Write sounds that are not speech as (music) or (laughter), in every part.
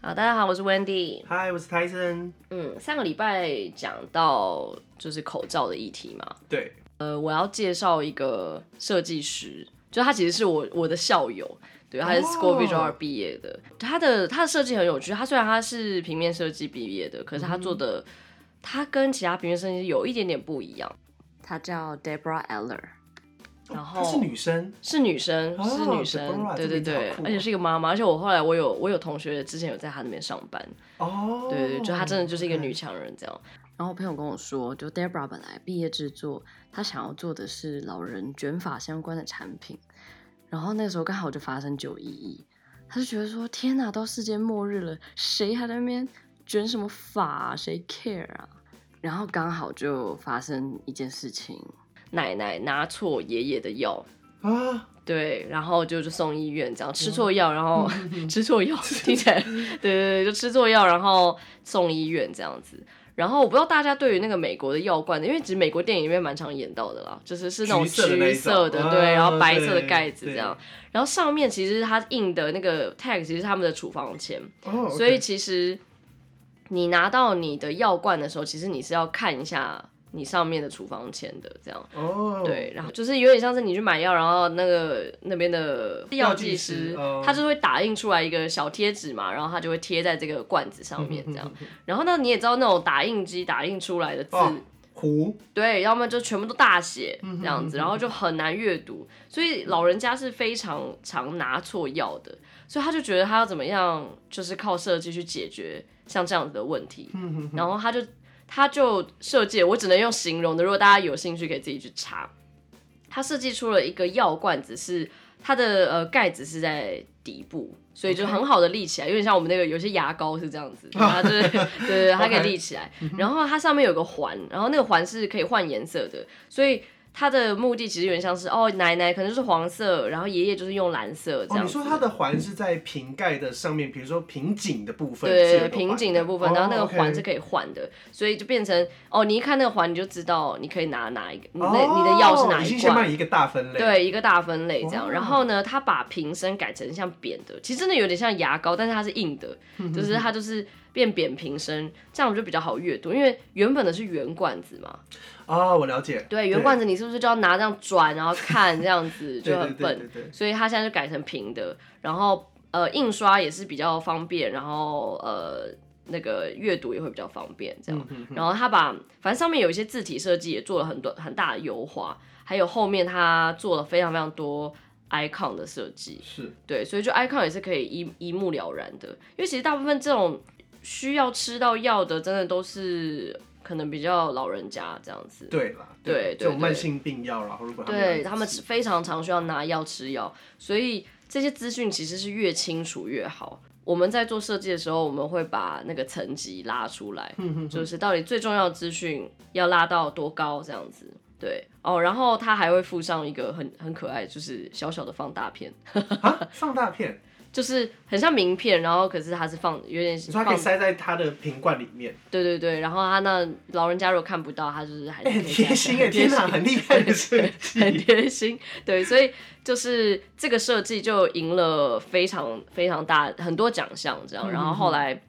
好，大家好，我是 Wendy。嗨，我是泰森。嗯，上个礼拜讲到就是口罩的议题嘛，对，呃，我要介绍一个设计师，就他其实是我我的校友，对，他是 School 哦 Visual Art 毕业的。他的他的设计很有趣，他虽然他是平面设计毕业的，可是他做的、他跟其他平面设计师有一点点不一样。他叫 Debra Eller，然后哦她是女生，是女生，哦是女生， Deborah，对这对名字好对，酷哦而且是一个妈妈。而且我后来我有我有同学之前有在她那边上班，哦，对对，就她真的就是一个女 OK 强人这样。然后我朋友跟我说，就 Debra 本来毕业制作，她想要做的是老人卷发相关的产品，然后那时候刚好就发生九一一，她就觉得说天哪，到世界末日了，谁还在那边卷什么发、啊？谁 care 啊？然后刚好就发生一件事情，奶奶拿错爷爷的药，啊，对，然后就就送医院，这样吃哦错药，然 (laughs) 后吃错药，听起来，对对对，就吃错药，然后送医院这样子。然后我不知道大家对于那个美国的药罐，因为其实美国电影里面蛮常演到的啦，就是是那种橘色的那橘一色种的，啊对，然后白对色的盖子对这样，然后上面其实它印的那个 tag 其实是他们的处方签，哦，所以其实你拿到你的药罐的时候，其实你是要看一下你上面的处方签的这样。哦，对，然后就是有点像是你去买药，然后那个那边的药剂药剂师师哦，他就会打印出来一个小贴纸嘛，然后他就会贴在这个罐子上面这样。 (laughs) 然后呢，你也知道那种打印机打印出来的字，哦湖对，要么就全部都大写这样子，嗯哼然后就很难阅读，所以老人家是非常常拿错药的，所以他就觉得他要怎么样，就是靠设计去解决像这样子的问题，嗯然后他就他就设计，我只能用形容的，如果大家有兴趣可以自己去查，他设计出了一个药罐子是它的呃盖子是在底部。所以就 OK 很好的立起来，有点像我们那个有些牙膏是这样 (laughs) 子，然后它就是对对对，它可以 OK 立起来。然后它上面有个环，然后那个环是可以换颜色的，所以它的目的其实有点像是哦，奶奶可能就是黄色，然后爷爷就是用蓝色这哦，样你子。说它的环是在瓶盖的上面，比如说瓶颈的部分，是有对个瓶环颈的部分，然后那个环是哦，OK 可以换的，所以就变成哦，你一看那个环你就知道你可以拿哪一个，那你的药是哦哪已一经先帮罐。你一个大分类，，哦对，一个大分类这样。哇然后呢，他把瓶身改成像扁的，其实真的有点像牙膏，但是它是硬的，嗯就是它就是变扁瓶身，这样我就比较好阅读，因为原本的是圆罐子嘛，哦，我了解，对，圆罐子你是不是就要拿这样转，然后看这样 (laughs) 子对就很对对笨？对对所以它现在就改成平的，然后呃印刷也是比较方便，然后呃那个阅读也会比较方便这嗯样。然后他把反正上面有一些字体设计也做了很多很大的优化，还有后面他做了非常非常多 icon 的设计。是，对，所以就 icon 也是可以一一目了然的，因为其实大部分这种需要吃到药的，真的都是可能比较老人家这样子。对啦，对对这种对慢性病药，然后如果对他他们吃非常常需要拿药吃药，所以这些资讯其实是越清楚越好。我们在做设计的时候，我们会把那个层级拉出来，嗯就是到底最重要的资讯要拉到多高这样子。对哦，然后它还会附上一个很很可爱，就是小小的放大片，啊放大 (laughs) 片，就是很像名片，然后可是它是放有点你说它可放以塞在它的瓶罐里面，对对对，然后他那老人家如果看不到，他就是 (laughs) 还是哎，可以这很样贴心看哎，天哪，很厉害的设 (laughs) 很计，贴心，对，所以就是这个设计就赢了非常非常大很多奖项，这样，然后后来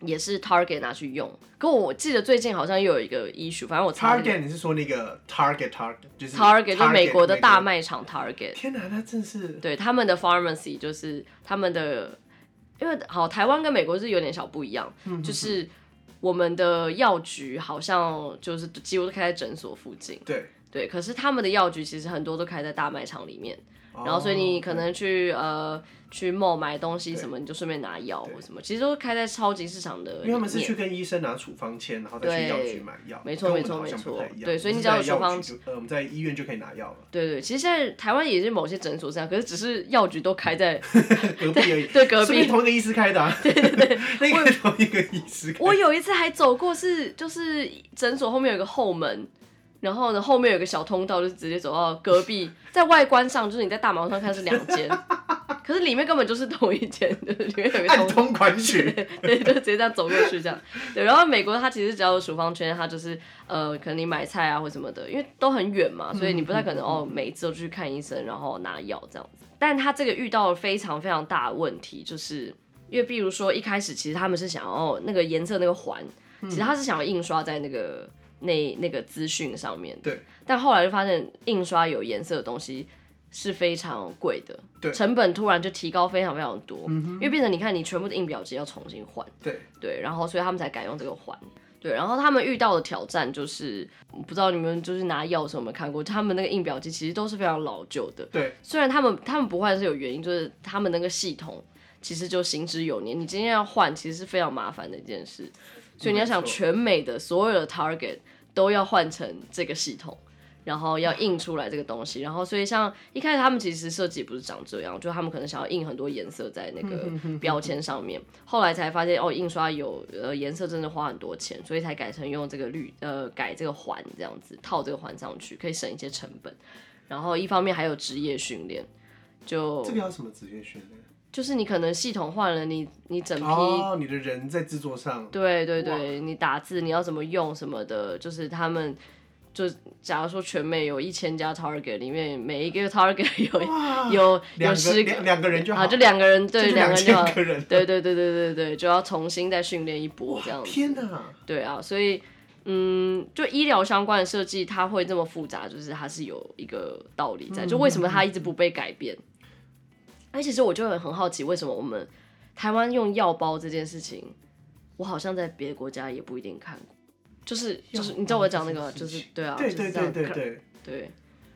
也是 Target 拿去用，可我记得最近好像又有一个 issue，反正我查了一个 Target，你是说那个 Target Target 就是 Target 就美国的大卖？卖场 Target，天哪，那真是对，他们的 pharmacy 就是他们的，因为好，台湾跟美国是有点小不一样，就是我们的药局好像就是几乎都开在诊所附近。对。对，可是他们的药局其实很多都开在大卖场里面，然后所以哦你可能去、呃去 mall 买东西对什么，你就顺便拿药或什么，其实都开在超级市场的因里为他们是去面。跟医生拿处方签，然后再去药局买药，没错跟我们没错好像不太没一错样对所以你我们只要有是在处方药局就呃，我们在医院就可以拿 (laughs) 药了，对对，其实现在台湾也是某些诊所这样，可是只是药局都开 (laughs) 在隔壁而已，对隔壁说不定同一个医师开 (laughs) 的、啊，对对对， (laughs) 那个是同一个医师开的，我有一次还走过是，就是诊所后面有个后门，然后呢后面有个小通道，就直接走到隔 (laughs) 壁，在外观上就是你在大马路上看是两间，可是里面根本就是同一间，就是里面有一个暗通道，通款曲， (laughs) 对，就直接这样走过去这样。对，然后美国它其实只要有处方圈，它就是呃，可能你买菜啊或什么的，因为都很远嘛，所以你不太可能哦每一次都去看医生，然后拿药这样子。但它这个遇到了非常非常大的问题，就是。因为比如说一开始其实他们是想要那个颜色那个环，其实他是想要印刷在那个那那个资讯上面的对，但后来就发现印刷有颜色的东西是非常贵的，对嗯成本突然就提高非常非常多，因为变成你看你全部的印表机要重新换，对，对，然后所以他们才改用这个环。对，然后他们遇到的挑战就是，我不知道你们就是拿钥匙有没有看过，他们那个印表机其实都是非常老旧的。对，虽然他们他们不换是有原因，就是他们那个系统其实就行之有年，你今天要换其实是非常麻烦的一件事，所以你要想没错全美的所有的 target 都要换成这个系统。然后要印出来这个东西，然后所以像一开始他们其实设计不是长这样，就他们可能想要印很多颜色在那个标签上面，后来才发现哦，印刷有呃颜色真的花很多钱，所以才改成用这个绿呃改这个环这样子套这个环上去，可以省一些成本。然后一方面还有职业训练，就这个要什么职业训练？就是你可能系统换了你，你整批、哦，你的人在制作上，对对对，你打字你要怎么用什么的，就是他们就假如说全美有一千家 Target，里面每一个 Target (laughs) 有哇，有有两十个两两个人就好，啊，就两个人这对就两个人就好2000，个人，对对对对对对，就要重新再训练一波这样子。天哪，对啊，所以嗯，就医疗相关的设计，它会这么复杂，就是它是有一个道理嗯在，就为什么它一直不被改变。而且其实我就很很好奇，为什么我们台湾用药包这件事情，我好像在别的国家也不一定看过。就是就是，你知道我讲那个，这件就事是情对啊，对就是对这样对对看对，对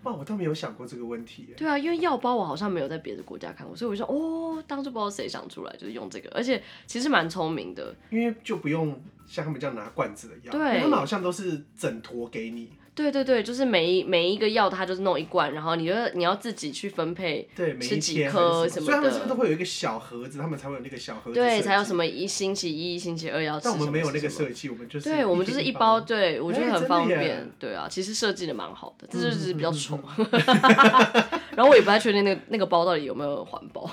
哇，我倒没有想过这个问题耶，对啊，因为药包我好像没有在别的国家看过，所以我就说哦，当初不知道谁想出来，就是用这个，而且其实蛮聪明的，因为就不用像他们这样拿罐子的药，对因为他们好像都是整坨给你，对对对，就是每一每一个药，它就是弄一罐，然后你就你要自己去分配，对，每吃一几天颗还是什么所以他们的是不是都会有一个小盒子，他们才会有那个小盒子，对，才有什么？么一星期一、星期二要吃什但么。我们没有那个吃什么设计，我们就是对我们就是一包，对我觉得哎很真的方耶嗯便，对啊，其实设计的蛮好的，这就是 (laughs) 比较丑。 (laughs) 然后我也不太确定那个那个包到底有没有环保，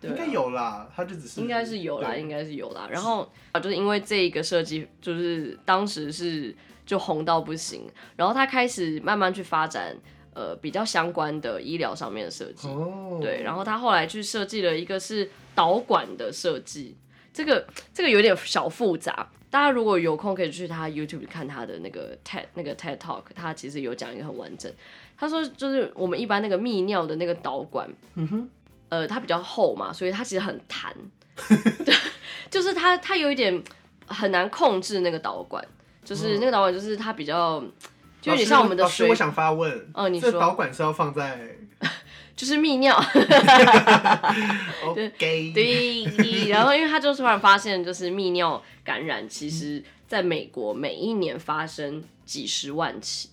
对啊应该有啦，它就只是应该是有啦，对应该是有啦。然后啊，就是因为这一个设计，就是当时是就红到不行，然后他开始慢慢去发展呃比较相关的医疗上面的设计。哦，对，然后他后来去设计了一个是导管的设计，这个这个有点小复杂。大家如果有空可以去他 YouTube 看他的那个 TED 那个 TED Talk，他其实有讲一个很完整。他说就是我们一般那个泌尿的那个导管，嗯哼，呃，它比较厚嘛，所以它其实很 (laughs) 弹，对，就是它它有一点很难控制那个导管，嗯就是那个导管就是它比较。就有老点师像我们的老师水我想发问，哦你这说导管是要放 (laughs) 在就是泌尿， OK 对，然后因为他就突然发现，就是泌尿感染，其实在美国每一年发生几十万起，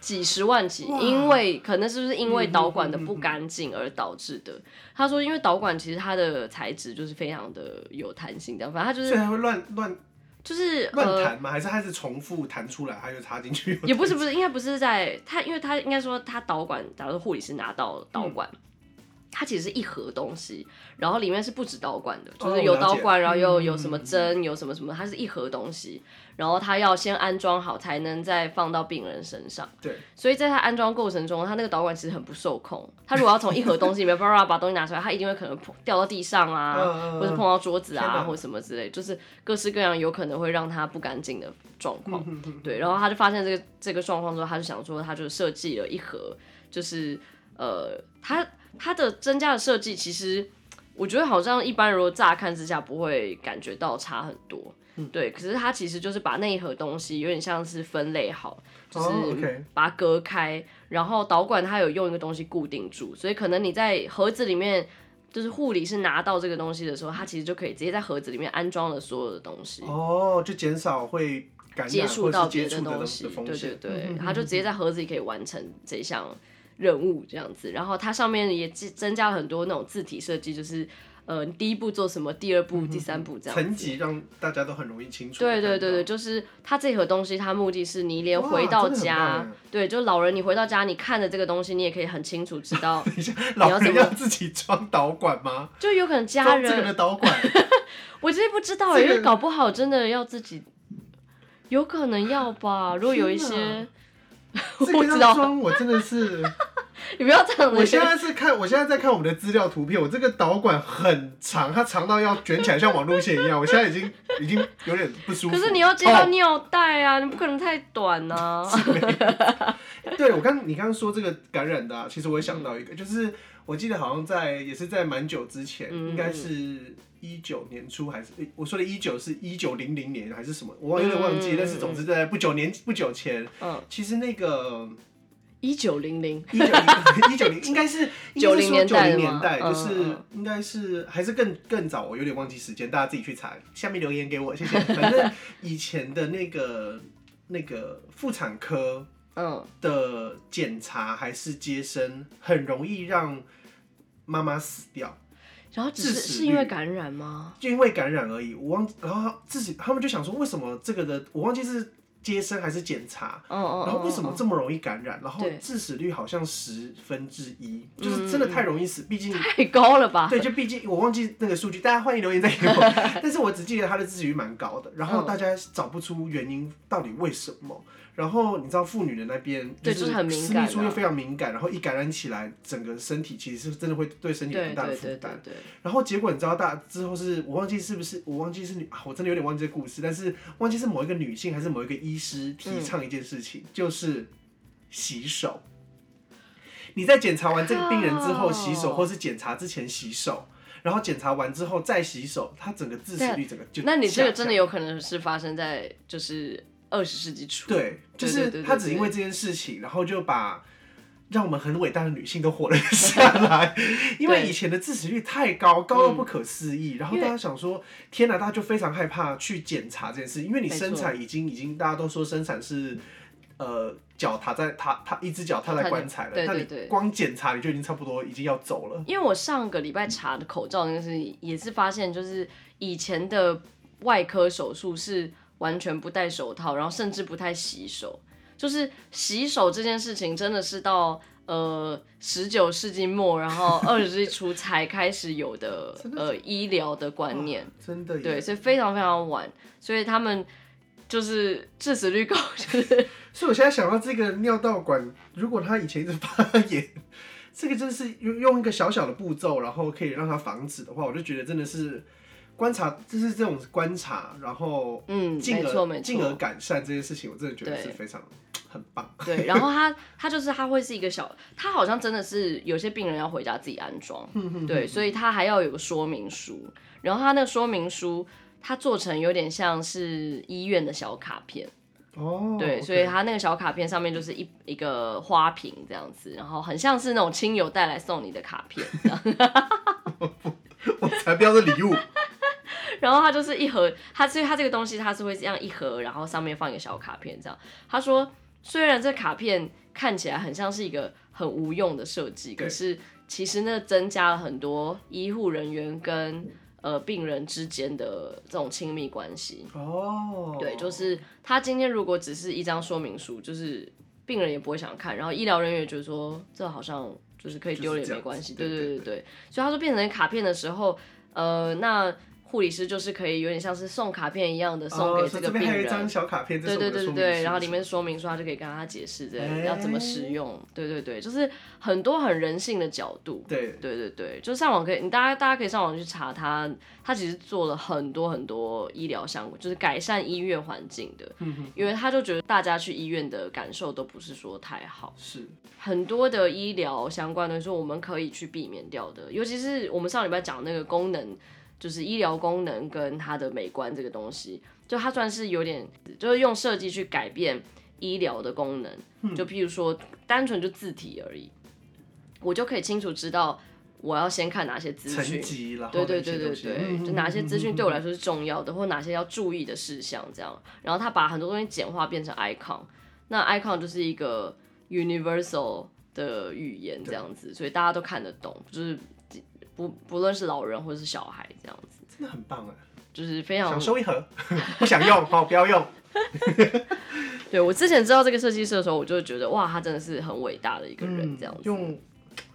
几十万起，哇因为可能是不是因为导管的不干净而导致的？他说，因为导管其实它的材质就是非常的有弹性，这样，反正它就所以是它会乱乱就是乱呃。弹吗？还是它是重复弹出来，它又插进去？也不是不是，应该不是在它，因为它应该说它导管，假如说护理师拿到导管，它其实是一盒东西，然后里面是不止导管的，就是有导管，哦了解然后又嗯有什么针，有什么什么，它是一盒东西，然后它要先安装好，才能再放到病人身上。对，所以在它安装过程中，它那个导管其实很不受控，它如果要从一盒东西里面叭叭把东西拿出来，它一定会可能碰掉到地上啊，嗯嗯嗯或者碰到桌子天啊，哪或什么之类，就是各式各样有可能会让它不干净的状嗯况。对，然后他就发现这个这个状况之后，他就想说，他就设计了一盒，就是呃，他他的增加的设计，其实我觉得好像一般人如果乍看之下不会感觉到差很多。嗯对，可是他其实就是把那一盒东西有点像是分类好，就哦，OK 是把它隔开，然后导管它有用一个东西固定住，所以可能你在盒子里面，就是护理是拿到这个东西的时候，它其实就可以直接在盒子里面安装了所有的东西。哦，就减少会感染接触或是到别接的触的东的西，风对对险。对，他就直接在盒子里可以完成这项任务这样子。然后它上面也增增加了很多那种字体设计，就是呃，你第一步做什么，第二步、第三步这样层子。级让大家都很容易清楚。对对对对，，就是它这盒东西，它目的是你连哇回到真的很棒欸家耶，对，就老人你回到家，你看着这个东西，你也可以很清楚知 (laughs) 道，老怎人么要自己装导管吗？就有可能家装这个的人，导管，我真的不知道耶，欸因这个为搞不好真的要自己，有可能要吧。如果有一天哪些，(laughs) 这我个不知道 (laughs) 要装，我真的是你不要这样子。我现在是看，我现在在看我们的资料图片，我这个导管很长，它长到要卷起来像网路线一样，我现在已经已经有点不舒服。可是你要接到哦尿袋啊，你不可能太短啊。 (laughs) 对我刚你刚刚说这个感染的啊、其实我也想到一嗯个，就是我记得好像在也是在蛮久之前，嗯应该是一九年初还是诶我说的一九是一九零零年还是什么，我有点忘记，嗯但是总之在不久年不久前，嗯，其实那个 (laughs) 一九零零，一九一九零 (laughs) 应该是九90年代的吗零年代，嗯就是嗯应该是还是更更早，我有点忘记时间，大家自己去查，下面留言给我，谢谢。反正以前的那个那个妇产科，嗯，的检查还是接生，很容易让妈妈死掉，然后只是致死率是因为感染吗？就因为感染而已。我忘，然后自己他们就想说，为什么这个的我忘记是接生还是检查，嗯嗯。然后为什么嗯这么容易感染？然后对致死率好像十分之一，就是真的太容易死，毕竟。太高了吧？对，就毕竟我忘记那个数据，大家欢迎留言再给 (laughs) 我。但是我只记得他的致死率蛮高的，然后嗯大家找不出原因到底为什么。然后你知道妇女的那边对是就是很敏私感密啊处又非常敏感，然后一感染起来，整个身体其实是真的会对身体有很对大的对负对对担。对，然后结果你知道大之后是我忘记是不是我忘记是女、啊，我真的有点忘记这故事，但是忘记是某一个女性还是某一个医师提倡一件事情，就是洗手。你在检查完这个病人之后靠洗手，或是检查之前洗手，然后检查完之后再洗手，它整个致死率整个就那你这个下降真的有可能是发生在就是二十世纪初，对，就对对对是对他只因为这件事情，然后就把让我们很伟大的女性都活了下来， (laughs) 因为以前的致死率太高，高到不可思议。然嗯后因为大家想说，天哪，大家就非常害怕去检查这件事，因为你没生错产已经已经大家都说生产是。呃，脚踏在踏踏一只脚踏踏在在棺材了，对那对你对光检查你就已经差不多已经要走了。因为我上个礼拜查的口罩那个事情，也是发现就是以前的外科手术是完全不戴手套，然后甚至不太洗手，就是洗手这件事情真的是到。呃，十九世纪末，然 (laughs) 后二十世纪初才开始有的真的呃医疗的观念哇，真的耶对，所以非常非常晚，所以他们就是致死率高，就是所以我现在想到这个尿道管，如果它以前一直发炎， (laughs) 这个真是用用一个小小的步骤，然后可以让它防止的话，我就觉得真的是观察，就是这种观察，然后嗯， (laughs) 进没错而没进而错，改善这件事情，我真的觉得对是非常很棒。对。然后它它就是它会是一个小，它好像真的是有些病人要回家自己安装，对，所以它还要有个说明书，然后它那个说明书。它做成有点像是医院的小卡片，哦，对，所以它那个小卡片上面就是一一个花瓶这样子，然后很像是那种亲友带来送你的卡片，我才不要这 (laughs) 礼物，然后它就是一盒，它所以它这个东西它是会这样一盒，然后上面放一个小卡片这样。他说，虽然这卡片看起来很像是一个很无用的设计，对可是其实那增加了很多医护人员跟呃病人之间的这种亲密关系。哦，对，就是他今天如果只是一张说明书，就是病人也不会想看，然后医疗人员也觉得说这好像就是可以丢了也没关系，就是对这样对子对对。所以他说变成卡片的时候，呃，那护理师就是可以有点像是送卡片一样的送哦给这所以个边病还有一人，张小卡片，这对是对我的对说对明书对，然后里面说明书他就可以跟他解释这哎要怎么使用，对对对，就是很多很人性的角度，对对对对，就上网可以，你大家大家可以上网去查他，他其实做了很多很多医疗相关，就是改善医院环境的，因为他就觉得大家去医院的感受都不是说太好，是很多的医疗相关的是我们可以去避免掉的，尤其是我们上礼拜讲那个功能，就是医疗功能跟它的美观这个东西，就它算是有点，就是用设计去改变医疗的功能，就譬如说单纯就字体而已，我就可以清楚知道我要先看哪些资成讯。绩，然后对对那些对对东西嗯对，就哪些资讯对我来说是重要的，或哪些要注意的事项，这样。然后他把很多东西简化变成 icon，那 icon 就是一个 universal 的语言，这样子，所以大家都看得懂，就是不不论是老人或是小孩，这样子，真的很棒哎，就是非常想收一盒， (laughs) 不想用，好不要用，对我之前知道这个设嗯计师的时候，我就觉得哇，他真的是很伟大的一个人，这样子。用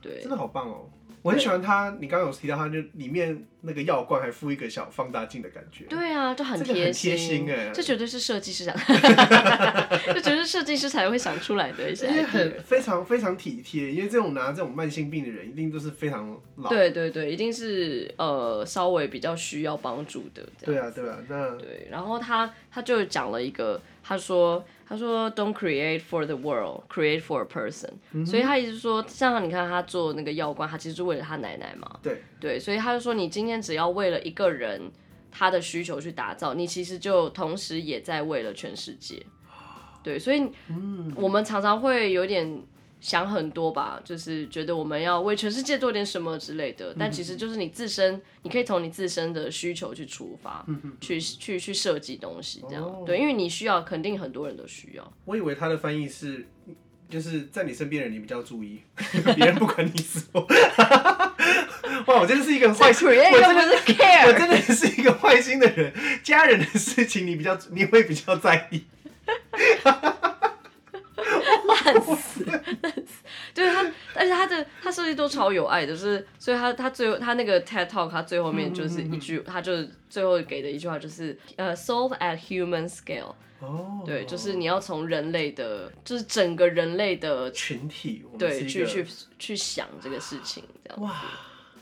对真的好棒哦。我很喜欢它，你刚刚有提到它，就里面那个药罐还附一个小放大镜的感觉。对啊，就很这个贴很贴心哎这绝对是设计 (laughs) 师想，这绝对是设计师才会想出来的一些因为 idea。很非常非常体贴，因为这种拿这种慢性病的人，一定都是非常老。对对对，一定是呃稍微比较需要帮助的这样。对啊，对啊，那对，然后他他就讲了一个，他说他说 Don't create for the world, create for a person、所以他一直说，像你看他做那个药罐，他其实是为了他奶奶嘛。对对，所以他就说，你今天只要为了一个人他的需求去打造，你其实就同时也在为了全世界。对，所以我们常常会有点。想很多吧，就是觉得我们要为全世界做点什么之类的，但其实就是你自身，你可以从你自身的需求去出发，去去去设计东西，这样、哦对，因为你需要，肯定很多人都需要。我以为他的翻译是，就是在你身边的人你比较注意， (laughs) 别人不管你死活。 (laughs) 哇，我真的是 (laughs) 一个坏心，我 create 又真不的是我 care，真的是一个坏心的人，家人的事情你比较你会比较在意。烂死，烂死。对他，而且他的他设计都超有爱的，就是所以他他最后他那个 TED Talk 他最后面嗯就是一句，他就最后给的一句话就是呃、solve at human scale，哦，对，就是你要从人类的，就是整个人类的群体，我们对，是一去个去去想这个事情，这样哇，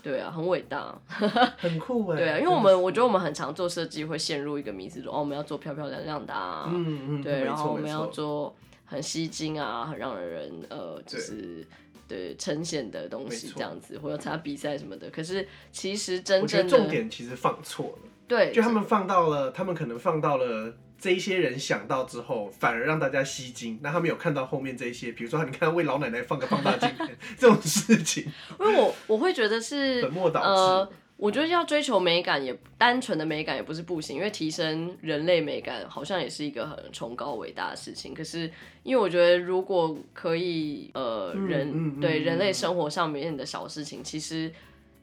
对啊，很伟 (laughs) 大，很酷哎。对啊，因为我们我觉得我们很常做设计会陷入一个迷思，说哦我们要做漂漂亮亮的啊，嗯嗯，对，没然后错我们没要错做很吸睛啊，很让人呃就对是对呈现的东西没错这样子，或者参加比赛什么的。可是其实真我觉正得的重点其实放错了，对就他们放到了，他们可能放到了。这一些人想到之后，反而让大家吸睛。那他们有看到后面这一些，比如说 (laughs) 你看为老奶奶放个放大 (laughs) 镜这种事情，因为我我会觉得是本末倒置。呃，我觉得要追求美感也，单纯的美感也不是不行，因为提升人类美感好像也是一个很崇高伟大的事情。可是，因为我觉得如果可以，呃，嗯人、嗯嗯对嗯人类生活上面的小事情，其实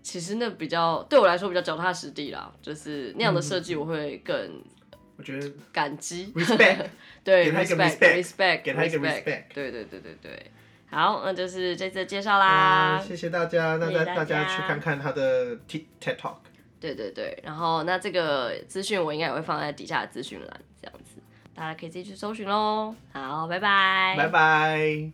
其实那比较对我来说比较脚踏实地啦，就是那样的设计我会更我觉得感激。 (laughs) respect 对嗯给他一个 respect respect， respect 给他一个 respect 对对对对对。好，那就是这次的介绍啦。啊，谢谢大家，那谢谢大大大家家去看看他的 T- TED Talk。对对对，然后那这个资讯我应该也会放在底下的资讯栏，这样子大家可以自己去搜寻喽。好，拜拜，拜拜。